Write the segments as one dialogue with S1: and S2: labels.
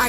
S1: A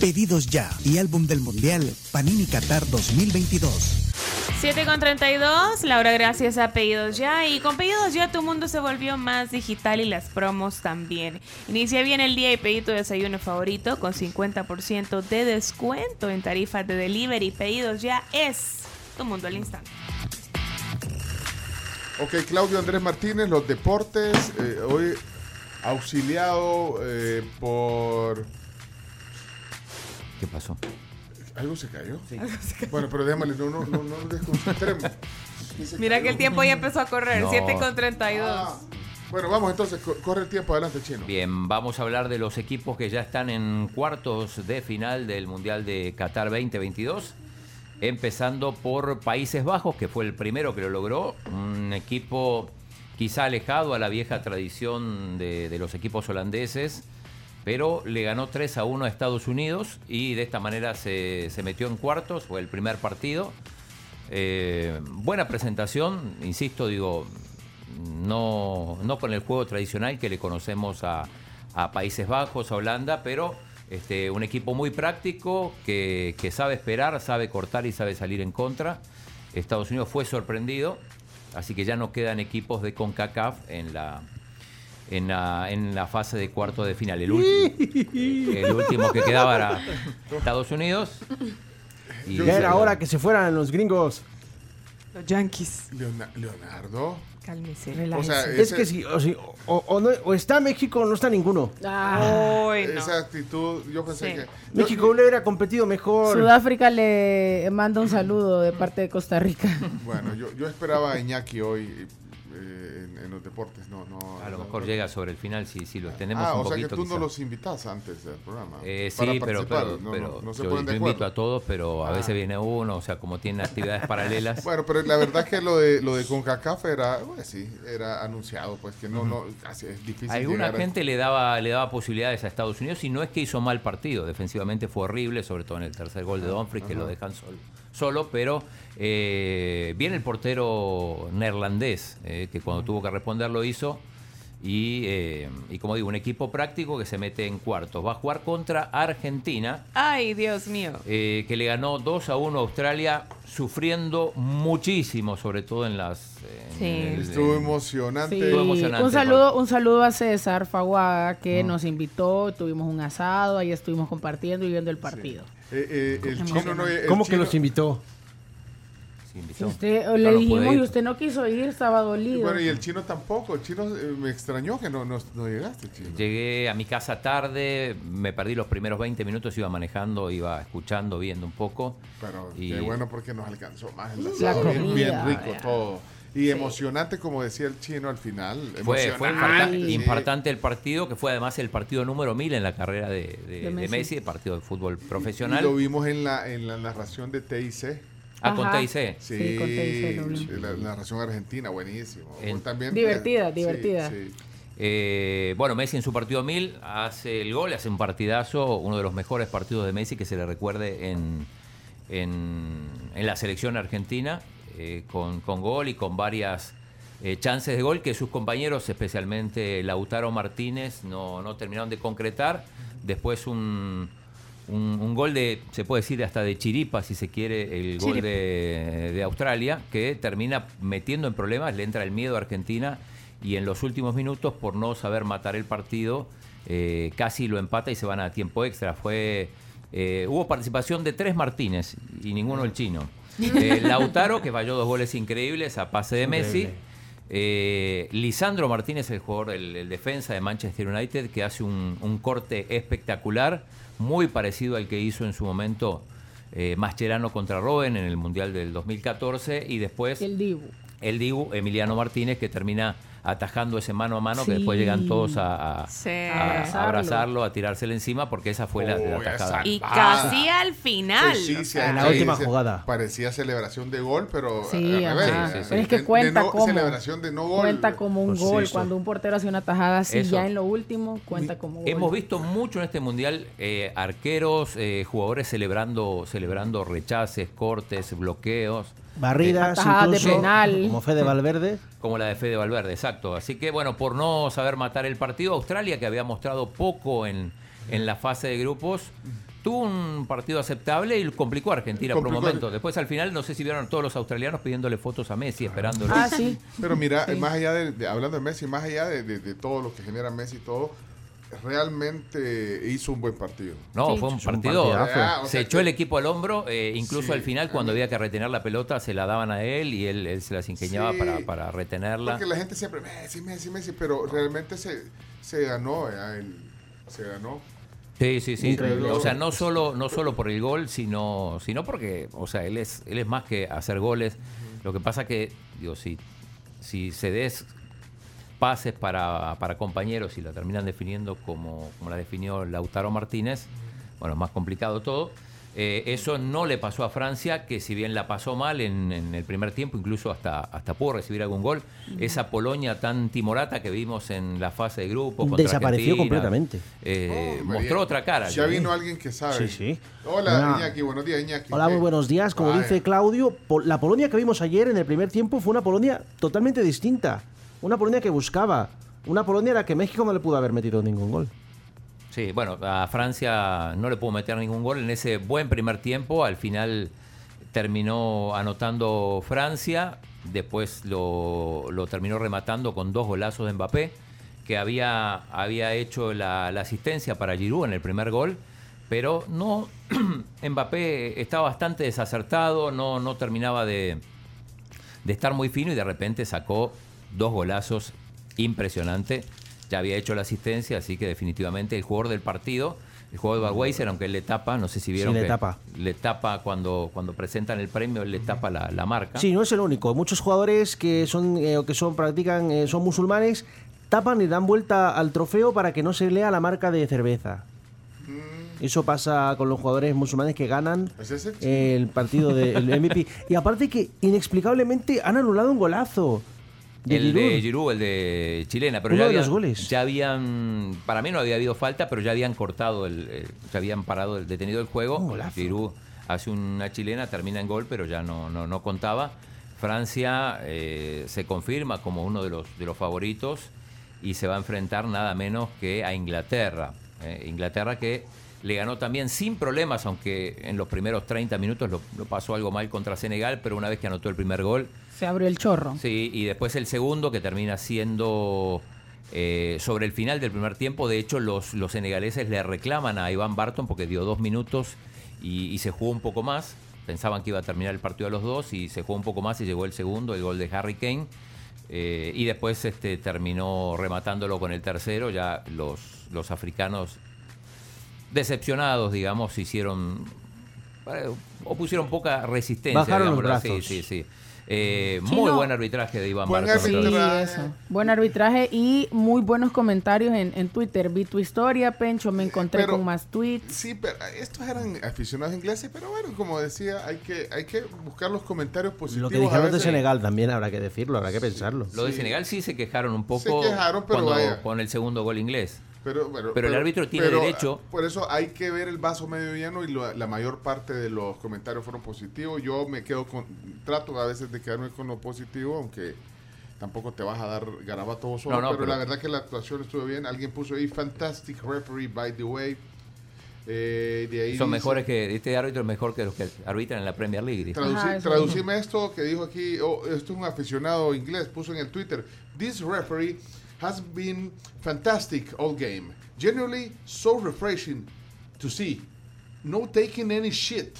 S2: Pedidos Ya y Álbum del Mundial Panini Qatar 2022.
S3: 7 con 32, Laura, gracias a Pedidos Ya. Y con Pedidos Ya tu mundo se volvió más digital y las promos también. Inicia bien el día y pedí tu desayuno favorito con 50% de descuento en tarifas de delivery. Pedidos Ya es tu mundo al instante.
S4: Ok, Claudio Andrés Martínez, los deportes, eh, hoy auxiliado eh, por...
S5: ¿Qué pasó?
S4: ¿Algo se cayó? Bueno, pero déjame, no, no, no, no nos desconcentremos. ¿Qué se
S3: Mira
S4: cayó?
S3: que el tiempo ya empezó a correr,
S5: No.
S3: 7 con 32.
S4: Ah, bueno, vamos entonces, co- corre el tiempo adelante, chino.
S5: Bien, vamos a hablar de los equipos que ya están en cuartos de final del Mundial de Qatar 2022. Empezando por Países Bajos, que fue el primero que lo logró. Un equipo quizá alejado a la vieja tradición de, de los equipos holandeses, pero le ganó 3 a 1 a Estados Unidos y de esta manera se, se metió en cuartos, fue el primer partido. Eh, buena presentación, insisto, digo, no, no con el juego tradicional que le conocemos a, a Países Bajos, a Holanda, pero este, un equipo muy práctico que, que sabe esperar, sabe cortar y sabe salir en contra. Estados Unidos fue sorprendido, así que ya no quedan equipos de CONCACAF en la, en la, en la fase de cuarto de final. El último, el último que quedaba era Estados Unidos. Y
S6: Ya era hora que se fueran los gringos.
S3: Los Yankees.
S4: Leona- Leonardo.
S3: Cálmese,
S4: O sea,
S3: relájese.
S4: ese-
S6: Es que si, o, si- o- o no- o está México o no está ninguno.
S3: Ay, no.
S4: esa actitud, yo pensé
S3: Sí.
S4: que... yo-
S6: México hubiera competido mejor.
S7: Sudáfrica le manda un saludo de parte de Costa Rica.
S4: Bueno, yo, yo esperaba a Iñaki hoy eh, en, en los deportes, no, no.
S5: A lo
S4: no-
S5: mejor
S4: no-
S5: llega sobre el final si, si los tenemos
S4: Ah,
S5: un
S4: o sea que
S5: poquito.
S4: tú no
S5: quizá.
S4: los invitas antes del programa.
S5: Eh, sí,
S4: para
S5: pero,
S4: participar,
S5: pero-
S4: no, no-
S5: pero
S4: no se
S5: yo,
S4: ponen
S5: yo
S4: de
S5: invito a
S4: acuerdo.
S5: todos, pero a veces viene uno, o sea, como tiene actividades paralelas.
S4: Bueno, pero la verdad es que lo de lo de CONCACAF era, bueno, sí, era anunciado, pues que no, no, así es difícil.
S5: Alguna
S4: llegar a-
S5: gente le daba le daba posibilidades a Estados Unidos y no es que hizo mal partido, defensivamente fue horrible, sobre todo en el tercer
S4: Ah,
S5: gol de Dumfries que lo dejan solo, solo pero eh, bien el portero neerlandés eh, que cuando tuvo que responder lo hizo y, eh, y como digo, un equipo práctico que se mete en cuartos. Va a jugar contra Argentina.
S3: Ay, Dios mío.
S5: eh, que le ganó 2 a 1 a Australia, sufriendo muchísimo, sobre todo en las. eh, en
S7: Sí.
S5: el-
S4: Estuvo
S5: en-
S4: emocionante.
S7: Sí,
S5: Estuvo emocionante,
S7: Un saludo, un saludo a César Faguaga que nos invitó, tuvimos un asado, ahí estuvimos compartiendo y viendo el partido.
S4: Eh, eh, el chino no. el
S6: ¿Cómo que
S4: chino-
S6: los invitó?
S5: se invitó.
S7: Usted,
S5: No,
S7: le
S5: no puede
S7: dijimos
S5: ir.
S7: y usted no quiso ir, estaba
S4: y
S7: dolido.
S4: Bueno, y el chino tampoco. El chino eh, me extrañó que no, no, no llegaste, chino.
S5: Llegué a mi casa tarde, me perdí los primeros 20 minutos, iba manejando, iba escuchando, viendo un poco.
S4: Pero
S5: y
S4: qué bueno porque nos alcanzó más el
S7: La
S4: asado, bien, bien
S7: comida,
S4: rico
S7: ya.
S4: todo. Y emocionante, como decía el chino al final.
S5: Fue, fue
S4: Emocionante,
S5: impacta-
S4: sí.
S5: impactante el partido, que fue además el partido número 1000 en la carrera de, de- de Messi.
S7: Messi.
S5: el partido de fútbol
S4: Y
S5: profesional.
S4: lo vimos en la, en la narración de TIC.
S5: Ah, con
S7: Ajá.
S5: TIC.
S4: Sí,
S7: Sí, con TIC lo vimos.
S4: la narración argentina, buenísimo.
S5: En-
S4: También, pues,
S7: Divertida,
S4: sí,
S7: divertida.
S4: sí.
S5: Eh, bueno, Messi en su partido 1000 hace el gol, hace un partidazo, uno de los mejores partidos de Messi que se le recuerde en, en, en la selección argentina, eh, con, con gol y con varias eh, chances de gol que sus compañeros, especialmente Lautaro Martínez, no, no terminaron de concretar. Después un, un, un gol de, se puede decir hasta de chiripa, si se quiere, el gol
S7: Chiripa.
S5: de, de Australia, que termina metiendo en problemas, le entra el miedo a Argentina y en los últimos minutos, por no saber matar el partido, eh, casi lo empata y se van a tiempo extra. Fue, eh, hubo participación de tres Martínez y ninguno el chino. Eh, Lautaro, que falló dos goles increíbles a pase de Messi. Eh, Lisandro Martínez, el jugador, el, el defensa de Manchester United, que hace un, un corte espectacular, muy parecido al que hizo en su momento eh, Mascherano contra Robben en el Mundial del 2014. Y después
S7: El Dibu.
S5: el Dibu, Emiliano Martínez, que termina atajando ese mano a mano que
S7: Sí.
S5: después llegan todos a, a-
S3: Sí.
S5: a
S3: Ah.
S7: Abrazarlo.
S5: abrazarlo, a tirársele encima, porque esa fue la, la
S4: Oh, esa
S5: atajada.
S3: Y
S4: Ah.
S3: casi al final.
S4: Pues sí,
S3: o
S4: sí,
S3: sea,
S6: En la
S4: sí,
S6: última
S4: sí,
S6: jugada.
S4: Parecía celebración de gol, pero.
S7: Sí,
S4: al revés.
S7: ajá.
S5: Sí, sí, sí.
S7: Pero es
S4: De-
S7: que
S4: de
S7: cuenta
S4: no-
S7: como.
S4: Celebración de no gol.
S7: Cuenta como un
S5: Por
S7: gol.
S5: supuesto.
S7: Cuando un portero hace una tajada así,
S5: Eso.
S7: ya en lo último, cuenta como gol.
S5: Hemos visto mucho en este mundial eh, arqueros, eh, jugadores celebrando, celebrando rechaces, cortes, bloqueos,
S6: Barridas,
S7: Atajadas de
S6: incluso,
S7: penal.
S6: como Fede Valverde.
S5: como la de Fede Valverde, exacto. Así que bueno, por no saber matar el partido, Australia, que había mostrado poco en, en la fase de grupos, tuvo un partido aceptable y complicó a Argentina por
S4: Complicó.
S5: un momento. Después al final, no sé si vieron todos los australianos pidiéndole fotos a Messi, esperándolo.
S7: Ah, sí.
S4: Pero mira, más allá de, de- hablando de Messi, más allá de, de- de todo lo que genera Messi y todo, realmente hizo un buen partido.
S5: No,
S7: Sí.
S5: fue un
S6: Hizo un
S5: partido. eh,
S6: partidazo.
S4: Ah, o
S5: se
S4: sea
S5: echó
S4: que-
S5: el equipo al hombro, eh, incluso
S4: Sí,
S5: al final, cuando había que retener la pelota, se la daban a él y él, él se las ingeniaba
S4: Sí.
S5: para, para retenerla.
S4: Porque la gente siempre, Messi, Messi, Messi, pero realmente se, se ganó, ¿verdad? El- se ganó.
S5: Sí, sí, sí.
S4: Increíble.
S5: O sea, no solo, no solo por el gol, sino, sino porque, o sea, él es, él es más que hacer goles. Lo que pasa que, digo, si, si se des pases para, para compañeros y la terminan definiendo como, como la definió Lautaro Martínez, bueno, es más complicado todo. Eh, eso no le pasó a Francia, que si bien la pasó mal en, en el primer tiempo, incluso hasta, hasta pudo recibir algún gol. Esa Polonia tan timorata que vimos en la fase de grupo. contra
S6: Desapareció
S5: Argentina,
S6: completamente.
S5: eh,
S4: Oh, María.
S5: mostró otra cara.
S4: Ya vino alguien que sabe.
S6: Sí, sí.
S4: Hola,
S6: Hola.
S4: Iñaki, buenos días, Iñaki.
S6: Hola, muy
S4: ¿Qué?
S6: buenos días. Como
S4: Vaya.
S6: dice Claudio, Pol- la Polonia que vimos ayer en el primer tiempo fue una Polonia totalmente distinta. Una Polonia que buscaba. Una Polonia a la que México no le pudo haber metido ningún gol.
S5: Sí, bueno, a Francia no le pudo meter ningún gol en ese buen primer tiempo. Al final terminó anotando Francia. Después lo, lo terminó rematando con dos golazos de Mbappé, que había, había hecho la, la asistencia para Giroud en el primer gol. Pero no, Mbappé estaba bastante desacertado, no, no terminaba de, de estar muy fino y de repente sacó dos golazos impresionante. Ya había hecho la asistencia, así que definitivamente el jugador del partido, el jugador de Budweiser, aunque él le tapa, no sé si vieron
S6: Sí, le
S5: que
S6: tapa.
S5: le tapa cuando, cuando presentan el premio, él le tapa la, la marca.
S6: Sí, no es el único. Muchos jugadores que son eh, o que son practican eh, son musulmanes tapan y dan vuelta al trofeo para que no se lea la marca de cerveza. Eso pasa con los jugadores musulmanes que ganan
S4: Pues ese Mm. es
S6: el partido del MVP. Y aparte que inexplicablemente han anulado un golazo de
S5: el de
S6: Giroud.
S5: Giroud, el de Chilena, pero
S6: Uno
S5: ya
S6: de
S5: habían,
S6: los goles.
S5: ya habían, para mí no había habido falta, pero ya habían cortado, el, eh, ya habían parado, el, detenido el juego.
S6: Un golazo.
S5: Giroud hace una chilena, termina en gol, pero ya no, no, no contaba. Francia eh, se confirma como uno de los, de los favoritos y se va a enfrentar nada menos que a Inglaterra. Eh, Inglaterra que le ganó también sin problemas, aunque en los primeros 30 minutos lo- lo pasó algo mal contra Senegal, pero una vez que anotó el primer gol,
S7: Se abrió el chorro.
S5: Sí, y después el segundo que termina siendo eh, sobre el final del primer tiempo. De hecho, los, los senegaleses le reclaman a Iván Barton porque dio dos minutos y, y se jugó un poco más. Pensaban que iba a terminar el partido a los dos y se jugó un poco más y llegó el segundo, el gol de Harry Kane. Eh, y después este, terminó rematándolo con el tercero. Ya los, los africanos decepcionados, digamos, hicieron eh, o pusieron poca resistencia.
S6: Bajaron los
S5: digámoslo así.
S6: brazos.
S5: Sí, sí. Eh,
S7: Sí,
S5: muy
S7: no.
S5: buen arbitraje de Iván
S4: Buen
S5: Barton.
S7: Sí,
S5: otra vez.
S4: Arbitraje.
S7: eso. Buen arbitraje y muy buenos comentarios en, en Twitter. Vi tu historia, Pencho, me encontré
S4: Pero-
S7: con más tweets.
S4: Sí, pero estos eran aficionados ingleses, pero bueno, como decía, hay que, hay que buscar los comentarios
S6: Lo
S4: positivos.
S6: que
S4: a
S6: dijeron de
S4: veces.
S6: Senegal también habrá que decirlo, habrá que pensarlo.
S5: Lo de Senegal sí se quejaron un poco
S4: Se quejaron, pero
S5: cuando-
S4: vaya.
S5: con el segundo gol inglés.
S4: Pero, pero, ah,
S5: Pero el árbitro tiene derecho.
S4: Por eso hay que ver el vaso medio lleno y lo- la mayor parte de los comentarios fueron positivos. Yo me quedo con, trato a veces de quedarme con lo positivo, aunque tampoco te vas a dar garabato vos solo.
S5: No, no,
S4: pero,
S5: pero-
S4: la verdad que la actuación estuvo bien. Alguien puso ahí Fantastic Referee, by the way. Eh, de ahí
S5: Son
S4: dice-
S5: mejores que este árbitro es mejor que los que arbitran en la Premier League.
S4: Traduci-
S7: Ajá, eso
S4: traducime esto que dijo aquí, oh, esto es un aficionado inglés, puso en el Twitter, This referee has been fantastic all game. Generally so refreshing to see. No taking any shit.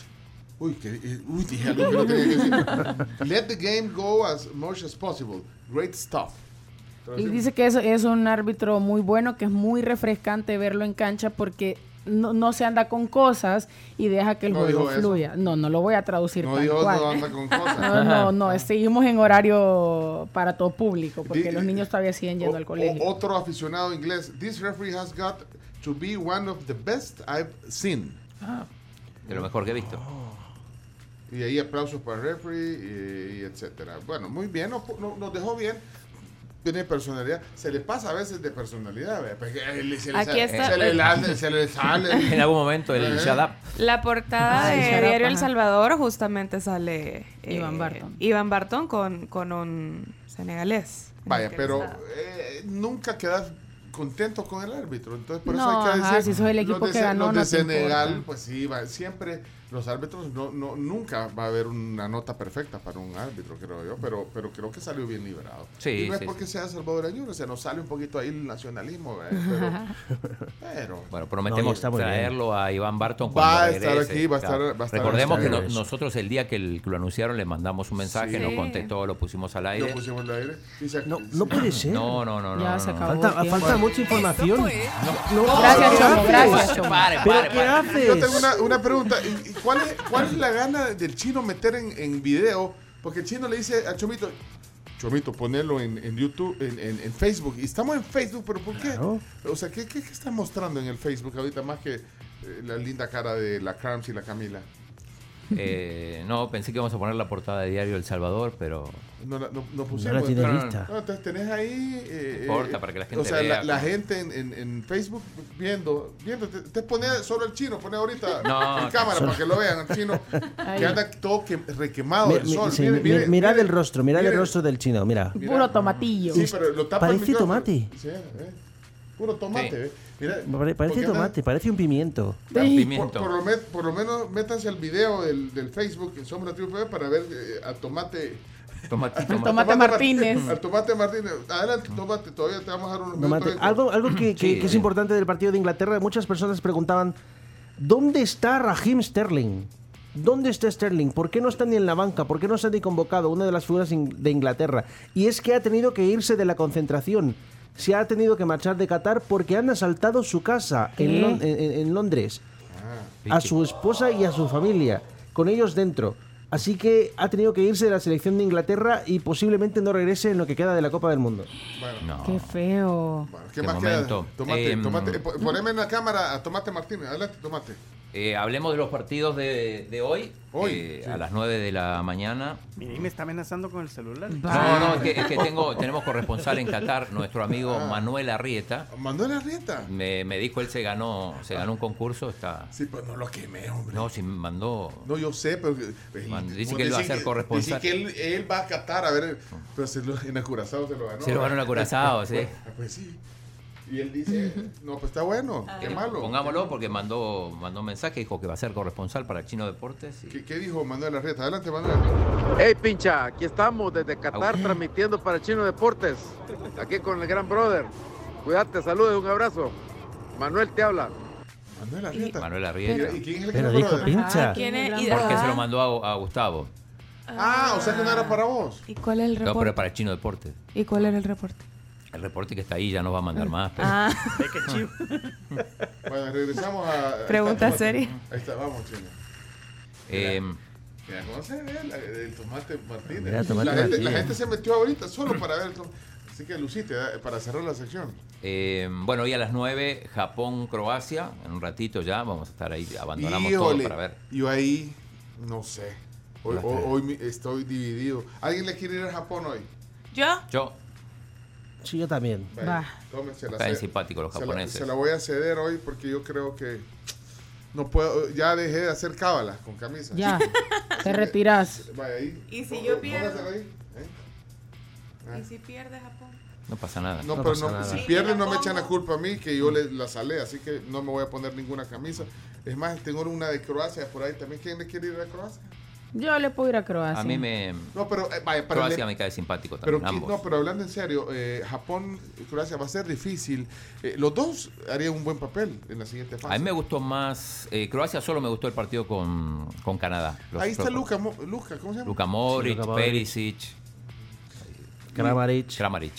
S4: Uy, que, eh, uy, dije algo que no tenía que decir. Let the game go as much as possible. Great stuff.
S7: Y
S4: Traducime.
S7: dice que es, es un árbitro muy bueno, que es muy refrescante verlo en cancha porque no, no se anda con cosas y deja que el
S4: No
S7: juego
S4: dijo eso.
S7: fluya. No, no lo voy a traducir
S4: No
S7: tal
S4: Dios
S7: cual.
S4: no anda con
S7: No,
S4: cosas.
S7: no, no, seguimos en horario para todo público, porque
S4: Di-
S7: los niños todavía siguen yendo
S4: O-
S7: al colegio.
S4: o- otro aficionado inglés. This referee has got to be one of the best I've seen.
S5: De lo mejor que he visto.
S4: Y ahí aplausos para el referee y, y etcétera. Bueno, muy bien, no- no- nos dejó bien. Tiene personalidad. Se le pasa a veces de personalidad. ¿verdad? Porque, eh, le- se le
S3: Aquí
S4: sale-
S3: está.
S4: Se le, la- se le sale.
S5: En algún momento el
S4: Ajá.
S5: shut up.
S3: La portada
S7: Ay,
S3: de
S7: Sharap,
S3: Diario El
S7: ajá.
S3: Salvador justamente sale eh,
S7: Iván Barton.
S3: Iván Barton con, con un senegalés.
S4: Vaya, pero
S3: Interesado.
S4: eh, nunca quedas contento con el árbitro. Entonces, por
S7: No,
S4: eso hay que
S7: ajá,
S4: decir.
S7: si sos el
S4: los
S7: equipo
S4: de
S7: que
S4: Se-
S7: ganó,
S4: Los
S7: no
S4: de
S7: te
S4: Senegal,
S7: importa.
S4: pues sí, va- siempre los árbitros, no, no, nunca va a haber una nota perfecta para un árbitro, creo yo. Pero, pero creo que salió bien liberado.
S5: Sí,
S4: y no es
S5: sí,
S4: porque sea salvadoreño, o sea, nos sale un poquito ahí el nacionalismo, ¿verdad? pero. pero
S5: Bueno,
S6: No, y
S5: prometemos
S6: está muy
S5: traerlo a Iván Barton
S4: Va
S5: cuando
S4: a estar
S5: regrese.
S4: aquí, va a estar-
S5: Claro.
S4: va a estar-
S5: Recordemos
S6: va a
S5: que
S6: estar
S5: no-
S6: de regreso.
S5: nosotros el día que el- que lo anunciaron le mandamos un mensaje,
S4: Sí.
S5: nos contestó, lo pusimos al
S4: lo
S5: aire.
S4: pusimos al aire. y se-
S6: No,
S4: sí.
S6: no puede ser.
S5: No, no, no, no.
S7: Ya
S5: no,
S7: se
S5: no.
S7: acabó.
S6: Falta,
S7: Tiempo.
S6: falta mucha información.
S1: Esto fue
S6: No,
S7: Gracias,
S6: ¿qué
S7: Chomo,
S6: haces?
S7: gracias, Chomo.
S5: Pare,
S6: ¿Pero
S5: pare,
S6: qué
S5: pare.
S6: haces?
S4: Yo tengo una, una pregunta. ¿Y- y ¿Cuál es, ¿Cuál es la gana del chino meter en, en video? Porque el chino le dice a Chomito, Chomito, ponelo en, en YouTube, en, en- en Facebook. Y estamos en Facebook, pero ¿por qué?
S6: Claro.
S4: O sea, ¿qué, qué, qué está mostrando en el Facebook ahorita más que eh, la linda cara de la Carms y la Camila?
S5: Eh, no, pensé que íbamos a poner la portada de Diario El Salvador, pero
S4: No, la- no, no
S6: No
S4: pusimos.
S6: la tiene
S4: entonces-
S6: lista.
S4: No, entonces tenés ahí. eh,
S5: No importa,
S4: eh,
S5: para que la gente
S4: O sea,
S5: vea pues.
S4: la, la
S5: cómo-
S4: gente en, en- en Facebook viendo. viendo te, te pone solo el chino, pone ahorita
S5: No,
S4: en
S5: no.
S4: cámara para que lo vean al chino. que anda todo que- requemado
S6: Mi-
S4: del
S6: mi-
S4: sol.
S6: sí,
S4: Mire,
S6: mi-
S4: mire,
S6: mirad
S4: mire.
S6: el rostro, mirad el
S4: Mire.
S6: rostro del chino, mira.
S4: mira.
S7: Puro tomatillo. Ah,
S4: Sí, pero lo tapa el
S6: Parece
S4: micrófono.
S6: tomate.
S4: Sí, eh. Puro tomate.
S5: Sí.
S4: eh. Mira,
S6: Pare-
S4: porque
S6: Parece
S4: anda-
S6: tomate, parece un pimiento.
S5: Dan
S7: Sí.
S4: Por,
S5: pimiento.
S4: por lo met- por lo menos métanse al video del, del Facebook en Sombra Tribu TV para ver eh, a Tomate
S5: Tomatito,
S7: Al
S5: tomate.
S7: tomate
S4: Mar-
S7: Martínez.
S4: Al Tomate Martínez. Adelante, Tomate, todavía te vamos a dar unos
S6: Tomate.
S4: minutos.
S6: Algo, algo que, que-
S5: Sí,
S6: que es
S5: sí.
S6: importante del partido de Inglaterra, muchas personas preguntaban, ¿dónde está Raheem Sterling? ¿Dónde está Sterling? ¿Por qué no está ni en la banca? ¿Por qué no está ni convocado? Una de las figuras in- de Inglaterra. Y es que ha tenido que irse de la concentración. Se ha tenido que marchar de Qatar porque han asaltado su casa en, Lon- en- en- en Londres. A su esposa y a su familia. Con ellos dentro. Así que ha tenido que irse de la selección de Inglaterra y posiblemente no regrese en lo que queda de la Copa del Mundo.
S5: No.
S7: Qué feo.
S4: Bueno, ¿qué
S5: De
S4: más
S5: momento.
S4: queda? Tomate,
S5: Em,
S4: tomate. Eh, po- Poneme en la cámara a Tomate Martínez. Adelante, Tomate.
S5: Eh, hablemos de los partidos de, de hoy.
S4: Hoy,
S5: eh,
S4: sí.
S5: A las 9 de la mañana.
S8: Mira, y me está amenazando con el celular.
S7: Mm.
S5: No, no, es que, es que tengo, tenemos corresponsal en Qatar, nuestro amigo
S4: Ah.
S5: Manuel Arrieta.
S4: Manuel Arrieta.
S5: Me, me dijo él se ganó, se ganó un concurso, está.
S4: Sí, pero no lo quemé, hombre. No,
S5: No, si me mandó.
S4: yo sé, pero. eh,
S5: Man,
S4: eh,
S5: dice
S4: vos
S5: que él va a
S4: decís
S5: ser corresponsal. Oh.
S4: Dice que él, él va a Qatar, a ver. Pero se lo, en Acurazao se lo ganó.
S5: Se lo ganó en Curazao, sí.
S4: Ah, Pues sí. Y él dice, no, pues está bueno,
S7: Ah.
S4: qué malo.
S5: Pongámoslo porque mandó, mandó un mensaje, dijo que va a ser corresponsal para Chino Deportes. y-
S4: ¿Qué, qué dijo Manuel Arrieta? Adelante, Manuel.
S9: Hey pincha, aquí estamos desde Qatar
S5: Au.
S9: transmitiendo para Chino Deportes, aquí con el gran brother. Cuídate, saludos, un abrazo. Manuel te habla.
S4: Manuel Arrieta.
S5: Manuel Arrieta.
S4: Mira, ¿Y quién es el que
S6: Pero
S4: lo
S6: dijo
S4: acuerda?
S6: pincha.
S3: ¿Quién es? ¿Y,
S5: Porque se
S3: ajá.
S5: lo mandó a, a Gustavo.
S4: Ah, o sea que no era para vos.
S3: ¿Y cuál es el
S5: No,
S3: reporte?
S5: pero para Chino Deportes.
S3: ¿Y cuál era el reporte?
S5: El reporte que está ahí ya no va a mandar más. pero-
S3: Ah,
S8: Ve que chivo.
S6: Ah.
S4: Bueno, regresamos a.
S3: Pregunta
S4: ahí está,
S3: seria.
S4: Ahí está, vamos, chino.
S5: Eh,
S4: Mira, ¿cómo se ve la- el tomate Martínez?
S6: Mira, tomate
S4: la, gente, la
S6: Martínez.
S4: gente se metió ahorita solo para ver el tomate. Así que luciste, ¿eh? para cerrar la sección.
S5: eh, bueno, hoy a las 9, Japón-Croacia. En un ratito ya vamos a estar ahí. Abandonamos
S4: Híjole,
S5: todo para ver.
S4: Yo ahí, no sé. Hoy, hoy- hoy mi- estoy dividido. ¿Alguien le quiere ir a Japón hoy?
S3: ¿yo?
S5: Yo,
S6: Sí, yo también.
S7: Va.
S4: tome, se la
S5: Están
S4: ce-
S5: simpáticos los
S4: se la-
S5: japoneses.
S4: Se la, voy a ceder hoy porque yo creo que no puedo. Ya dejé de hacer cábalas con camisas.
S7: Ya. Te retirás.
S4: Vaya ahí.
S3: ¿Y si yo pierdo?
S4: Póngasela ahí, ¿eh? Ah.
S3: ¿Y si pierde Japón?
S5: no pasa nada.
S4: No,
S6: No
S4: pero
S6: pasa
S4: no,
S6: nada.
S4: si
S3: Sí,
S4: pierden
S3: te la
S4: no me echan la
S3: pongo.
S4: culpa a mí, que yo les la salé, así que no me voy a poner ninguna camisa. Es más, tengo una de Croacia por ahí también. ¿Quién le quiere ir a Croacia?
S7: Yo le puedo ir a Croacia.
S3: Ah,
S5: A mí me.
S4: No, pero eh, vaya, para
S5: Croacia
S4: el-
S5: me cae simpático
S4: pero,
S5: también.
S4: qui-
S5: ambos.
S4: no, pero hablando en serio, eh, Japón y Croacia va a ser difícil. Eh, los dos harían un buen papel en la siguiente fase.
S5: A mí me gustó más. eh, Croacia solo me gustó el partido con, con Canadá. Los-
S4: Ahí está Luca, Mo- Luca, ¿cómo se llama?
S5: Luka Modric,
S6: Sí, Luka Modric.
S5: Perisic,
S6: Kramaric.
S5: Kramaric.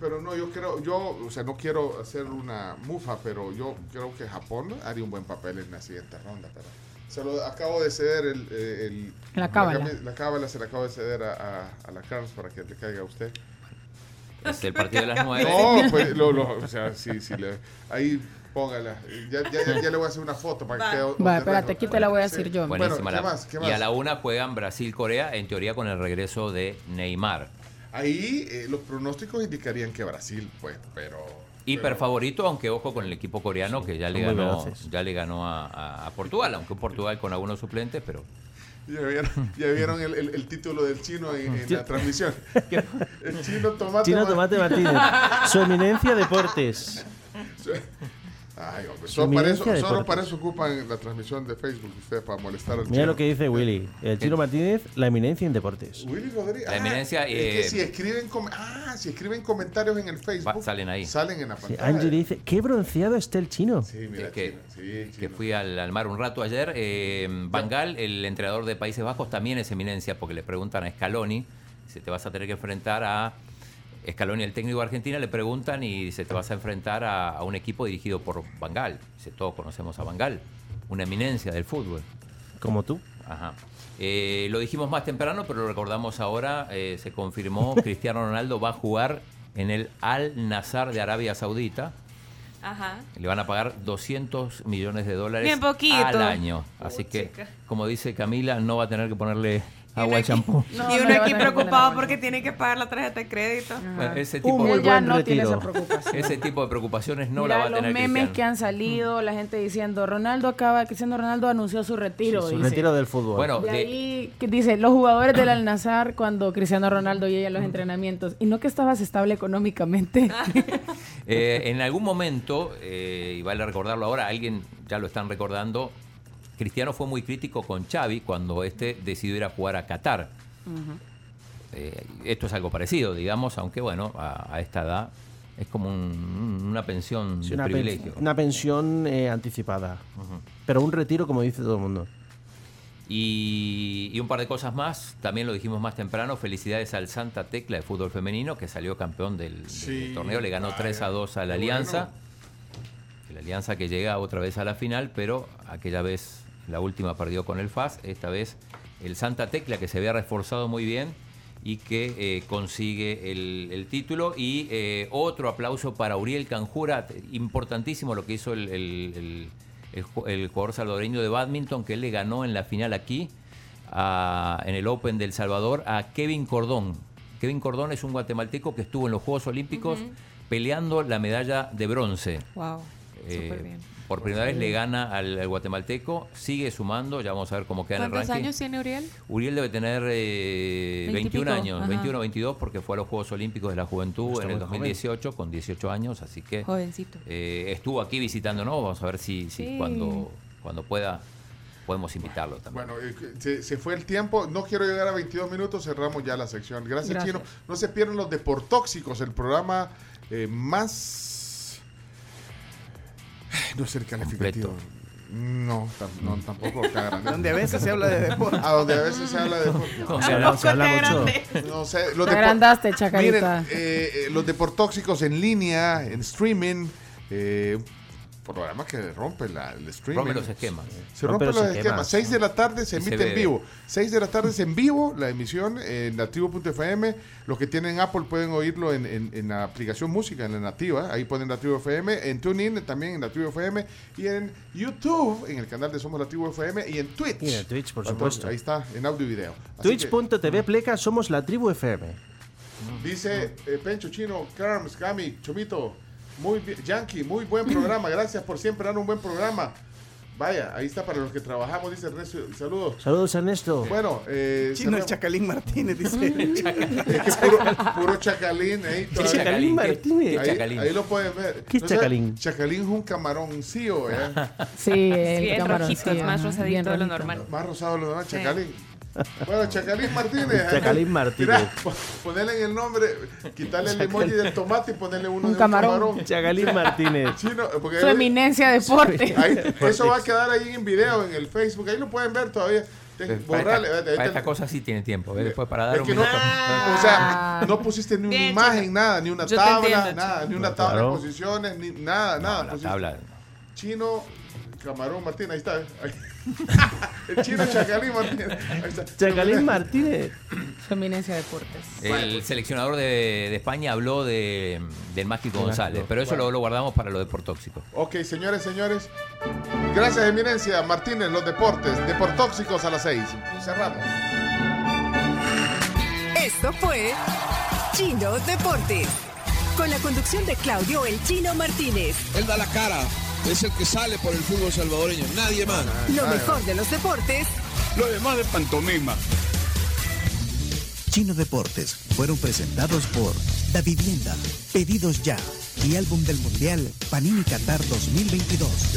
S4: Pero no, yo creo, yo, o sea, no quiero hacer una mufa, pero yo creo que Japón haría un buen papel en la siguiente ronda. Pero se lo acabo de ceder el, eh, el-
S7: La cábala.
S4: cami- La cábala se la acabo de ceder a, a, a la Carms para que le caiga a usted.
S5: Es el partido de las nueve.
S4: No, pues, lo, lo- o sea, sí, sí, le- ahí póngala. Ya, ya, ya, ya le voy a hacer una foto para que quede. on the
S7: Va, espérate,
S4: record.
S7: aquí te la voy a decir
S4: Sí.
S7: yo.
S4: Bueno,
S5: Buenísima
S4: ¿qué
S5: la-
S4: más? ¿Qué
S5: Y a
S4: más?
S5: la una juegan Brasil-Corea, en teoría con el regreso de Neymar.
S4: Ahí eh, los pronósticos indicarían que Brasil, pues, pero.
S5: Hiperfavorito, aunque ojo con el equipo coreano que ya le
S6: son muy
S5: ganó,
S6: veloces.
S5: ya le ganó a, a- a Portugal, aunque Portugal con algunos suplentes, pero
S4: Ya vieron, ya vieron el, el- el título del chino en, en la transmisión. El chino tomate.
S6: Chino
S4: ma-
S6: Tomate Martínez. Su eminencia deportes.
S4: Ay, hombre,
S6: Su
S4: solo para, eso,
S6: eminencia de
S4: solo
S6: deportes.
S4: para eso ocupan la transmisión de Facebook ustedes, para molestar al
S6: Mira lo que dice Willy. El Chino Martínez, la eminencia en deportes.
S4: Willy Rodríguez. Ah,
S5: La eminencia,
S4: es que
S5: eh,
S4: si escriben, com- ah, si escriben comentarios en el Facebook,
S5: va- salen ahí.
S4: salen en la
S6: Sí,
S4: pantalla.
S6: Angie dice, qué bronceado está el chino.
S4: Sí, mira,
S5: Es que-
S4: chino, sí,
S5: que
S4: chino.
S5: fui al, al mar un rato ayer. Eh, Van Gaal, el entrenador de Países Bajos, también es eminencia porque le preguntan a Scaloni, si te vas a tener que enfrentar a Scaloni, el técnico de Argentina, le preguntan y dice, te vas a enfrentar a, a un equipo dirigido por Van Gaal. Dice, todos conocemos a Van Gaal, una eminencia del fútbol.
S6: Como tú.
S5: Ajá. Eh, lo dijimos más temprano, pero lo recordamos ahora. eh, se confirmó, Cristiano Ronaldo va a jugar en el Al Nazar de Arabia Saudita.
S3: Ajá.
S5: Le van a pagar 200 millones de dólares
S3: Bien poquito.
S5: al año. Así que,
S3: Puchica.
S5: como dice Camila, no va a tener que ponerle agua al
S3: aquí-
S5: Ah, champú.
S7: No,
S3: y
S7: no
S3: uno
S7: le va a
S3: aquí
S7: tener que
S3: preocupado
S7: poner
S3: porque tiene que pagar la tarjeta de crédito.
S7: Ah.
S5: Bueno, ese
S6: Un
S5: tipo,
S6: muy
S7: Él ya
S6: buen
S7: no tiene
S6: retiro.
S7: esa preocupación.
S5: ese tipo de preocupaciones no la va
S7: Mira
S5: a
S7: los
S5: tener
S7: memes
S5: Cristiano.
S7: que han salido, la gente diciendo, Ronaldo acaba, Cristiano Ronaldo anunció su retiro.
S6: Su
S7: dice.
S6: retiro del fútbol.
S5: Bueno,
S7: De
S5: de-
S7: ahí que dice, los jugadores del Al-Nazar cuando Cristiano Ronaldo llega a los entrenamientos. Y no que estabas estable económicamente.
S5: Eh, en algún momento, eh, y vale recordarlo ahora, alguien ya lo están recordando, Cristiano fue muy crítico con Xavi cuando este decidió ir a jugar a Qatar. Eh, esto es algo parecido, digamos, aunque bueno, a, a esta edad es como un- una pensión
S6: Sí,
S5: de
S6: una, pen-
S5: privilegio.
S6: una pensión eh, anticipada. Pero un retiro, como dice todo el mundo.
S5: Y, y un par de cosas más, también lo dijimos más temprano, felicidades al Santa Tecla de fútbol femenino que salió campeón del, del
S4: Sí,
S5: torneo, le ganó
S4: vaya,
S5: 3 a 2 a la
S4: qué
S5: Alianza,
S4: bueno.
S5: la Alianza que llega otra vez a la final, pero aquella vez, la última perdió con el FAS, esta vez el Santa Tecla que se había reforzado muy bien y que eh, consigue el, el título y eh, otro aplauso para Uriel Canjura, importantísimo lo que hizo el, el- el- el ju- el jugador salvadoreño de badminton que él le ganó en la final aquí a- en el Open del Salvador a Kevin Cordón. Kevin Cordón es un guatemalteco que estuvo en los Juegos Olímpicos peleando la medalla de bronce.
S3: Wow.
S5: Eh,
S3: Súper bien.
S5: Por primera vez le gana al, al guatemalteco, sigue sumando, ya vamos a ver cómo queda en el
S3: ¿Cuántos
S5: ranking.
S3: años tiene Uriel?
S5: Uriel debe tener eh,
S3: 20 y
S5: 21
S3: pico,
S5: años,
S3: ajá.
S5: 21 22 porque fue a los Juegos Olímpicos de la Juventud
S6: Está
S5: en el
S6: muy joven.
S5: 2018 con 18 años, así que
S3: Jovencito.
S5: eh, estuvo aquí visitándonos, vamos a ver si, si
S3: Sí.
S5: cuando, cuando pueda podemos invitarlo también.
S4: Bueno, eh, se, se fue el tiempo. No quiero llegar a 22 minutos. Cerramos ya la sección. Gracias,
S7: Gracias.
S4: Chino. No se pierdan los Deportóxicos, el programa eh, más. Ay, No sé el calificativo. No, tam- no, tampoco. tan grande.
S8: Donde a veces se habla de deporte.
S4: A donde a veces se habla de deporte.
S5: No,
S6: Se habla, se habla mucho.
S4: No sé, los
S7: Te
S4: depo-
S7: agrandaste, chacarita.
S4: Miren, eh, eh, los deportóxicos en línea, en streaming, eh, un programa que rompe la, el streaming.
S5: Rompe los esquemas.
S4: Se rompen los esquemas. 6 de la tarde se
S5: Y se
S4: emite en
S5: bebe.
S4: vivo. 6 de la tarde es en vivo la emisión en nativo.fm. Los que tienen Apple pueden oírlo en, en- en la aplicación música, en la nativa. Ahí ponen nativo FM. En TuneIn también en nativo FM. Y en YouTube, en el canal de Somos Nativo FM. Y en Twitch.
S6: Y en Twitch, por
S4: Entonces,
S6: supuesto.
S4: Ahí está, en audio y video. Así que-
S6: Twitch.tv pleca somos la tribu FM.
S4: Dice eh, Pencho Chino, Carms, Gami, Chomito, muy bien, Yankee, muy buen programa. Gracias por siempre dar un buen programa. Vaya, ahí está para los que trabajamos, dice Ernesto. Saludos.
S6: Saludos Ernesto.
S4: Bueno, eh,
S8: Chino el
S4: cerramos.
S8: Chacalín Martínez dice.
S4: es que puro, puro chacalín ahí. todavía.
S6: Chacalín Martínez.
S5: qué
S4: Ahí,
S5: chacalín.
S4: ahí lo pueden ver.
S6: ¿Qué es
S4: sé,
S6: chacalín?
S4: chacalín es un camaroncillo, ¿eh?
S7: sí, el
S3: Sí, el
S7: camarón,
S3: rojito
S7: sí,
S3: es más
S7: ajá, bien
S3: rosadito de lo
S7: rojito.
S3: normal.
S4: Más rosado los demás,
S3: Sí.
S4: chacalín. Bueno, Chacalín Martínez.
S6: Chacalín Martínez.
S4: Mirá, po- ponerle en el nombre, quitarle el emoji del tomate y ponerle uno
S7: Un
S4: de
S7: camarón.
S4: un camarón.
S6: Chagalín Martínez.
S4: Chino, eh, porque
S7: Su
S4: ahí-
S7: eminencia deporte.
S4: ahí- eso va a quedar ahí en video, en el Facebook. Ahí lo pueden ver todavía. Ten-
S5: Eh, para
S4: borrale,
S5: esta,
S4: vete, vete.
S5: para esta cosa sí tiene tiempo. ¿ves? Después para dar
S4: Es
S5: un
S4: que no,
S5: minuto.
S4: o sea, no pusiste ni una
S3: Ah. Bien,
S4: imagen,
S3: chica.
S4: nada, ni una
S3: Yo te
S4: tabla,
S3: entiendo,
S4: nada,
S3: chica.
S4: ni una
S5: No,
S4: tabla
S5: claro.
S4: de posiciones, ni nada, nada.
S5: la
S4: pusiste.
S5: tabla.
S4: Chino, Camarón Martín, ahí está. ¿eh? Ahí. El chino Chacalín Martín. Ahí está.
S8: Chacalín Martínez.
S7: Su eminencia deportes.
S5: El seleccionador de, de España habló de, del Mágico González, pero eso lo, lo guardamos para lo de por tóxico.
S4: Ok, señores, señores. Gracias, Eminencia. Martínez, los deportes. Deportóxicos a las 6. Cerramos.
S1: Esto fue Chino Deportes. Con la conducción de Claudio El Chino Martínez.
S10: Él da la cara, es el que sale por el fútbol salvadoreño, nadie más.
S1: Lo mejor de los deportes
S10: Lo demás de pantomima.
S2: Chino Deportes fueron presentados por Da Vivienda, Pedidos Ya y Álbum del Mundial Panini Qatar 2022.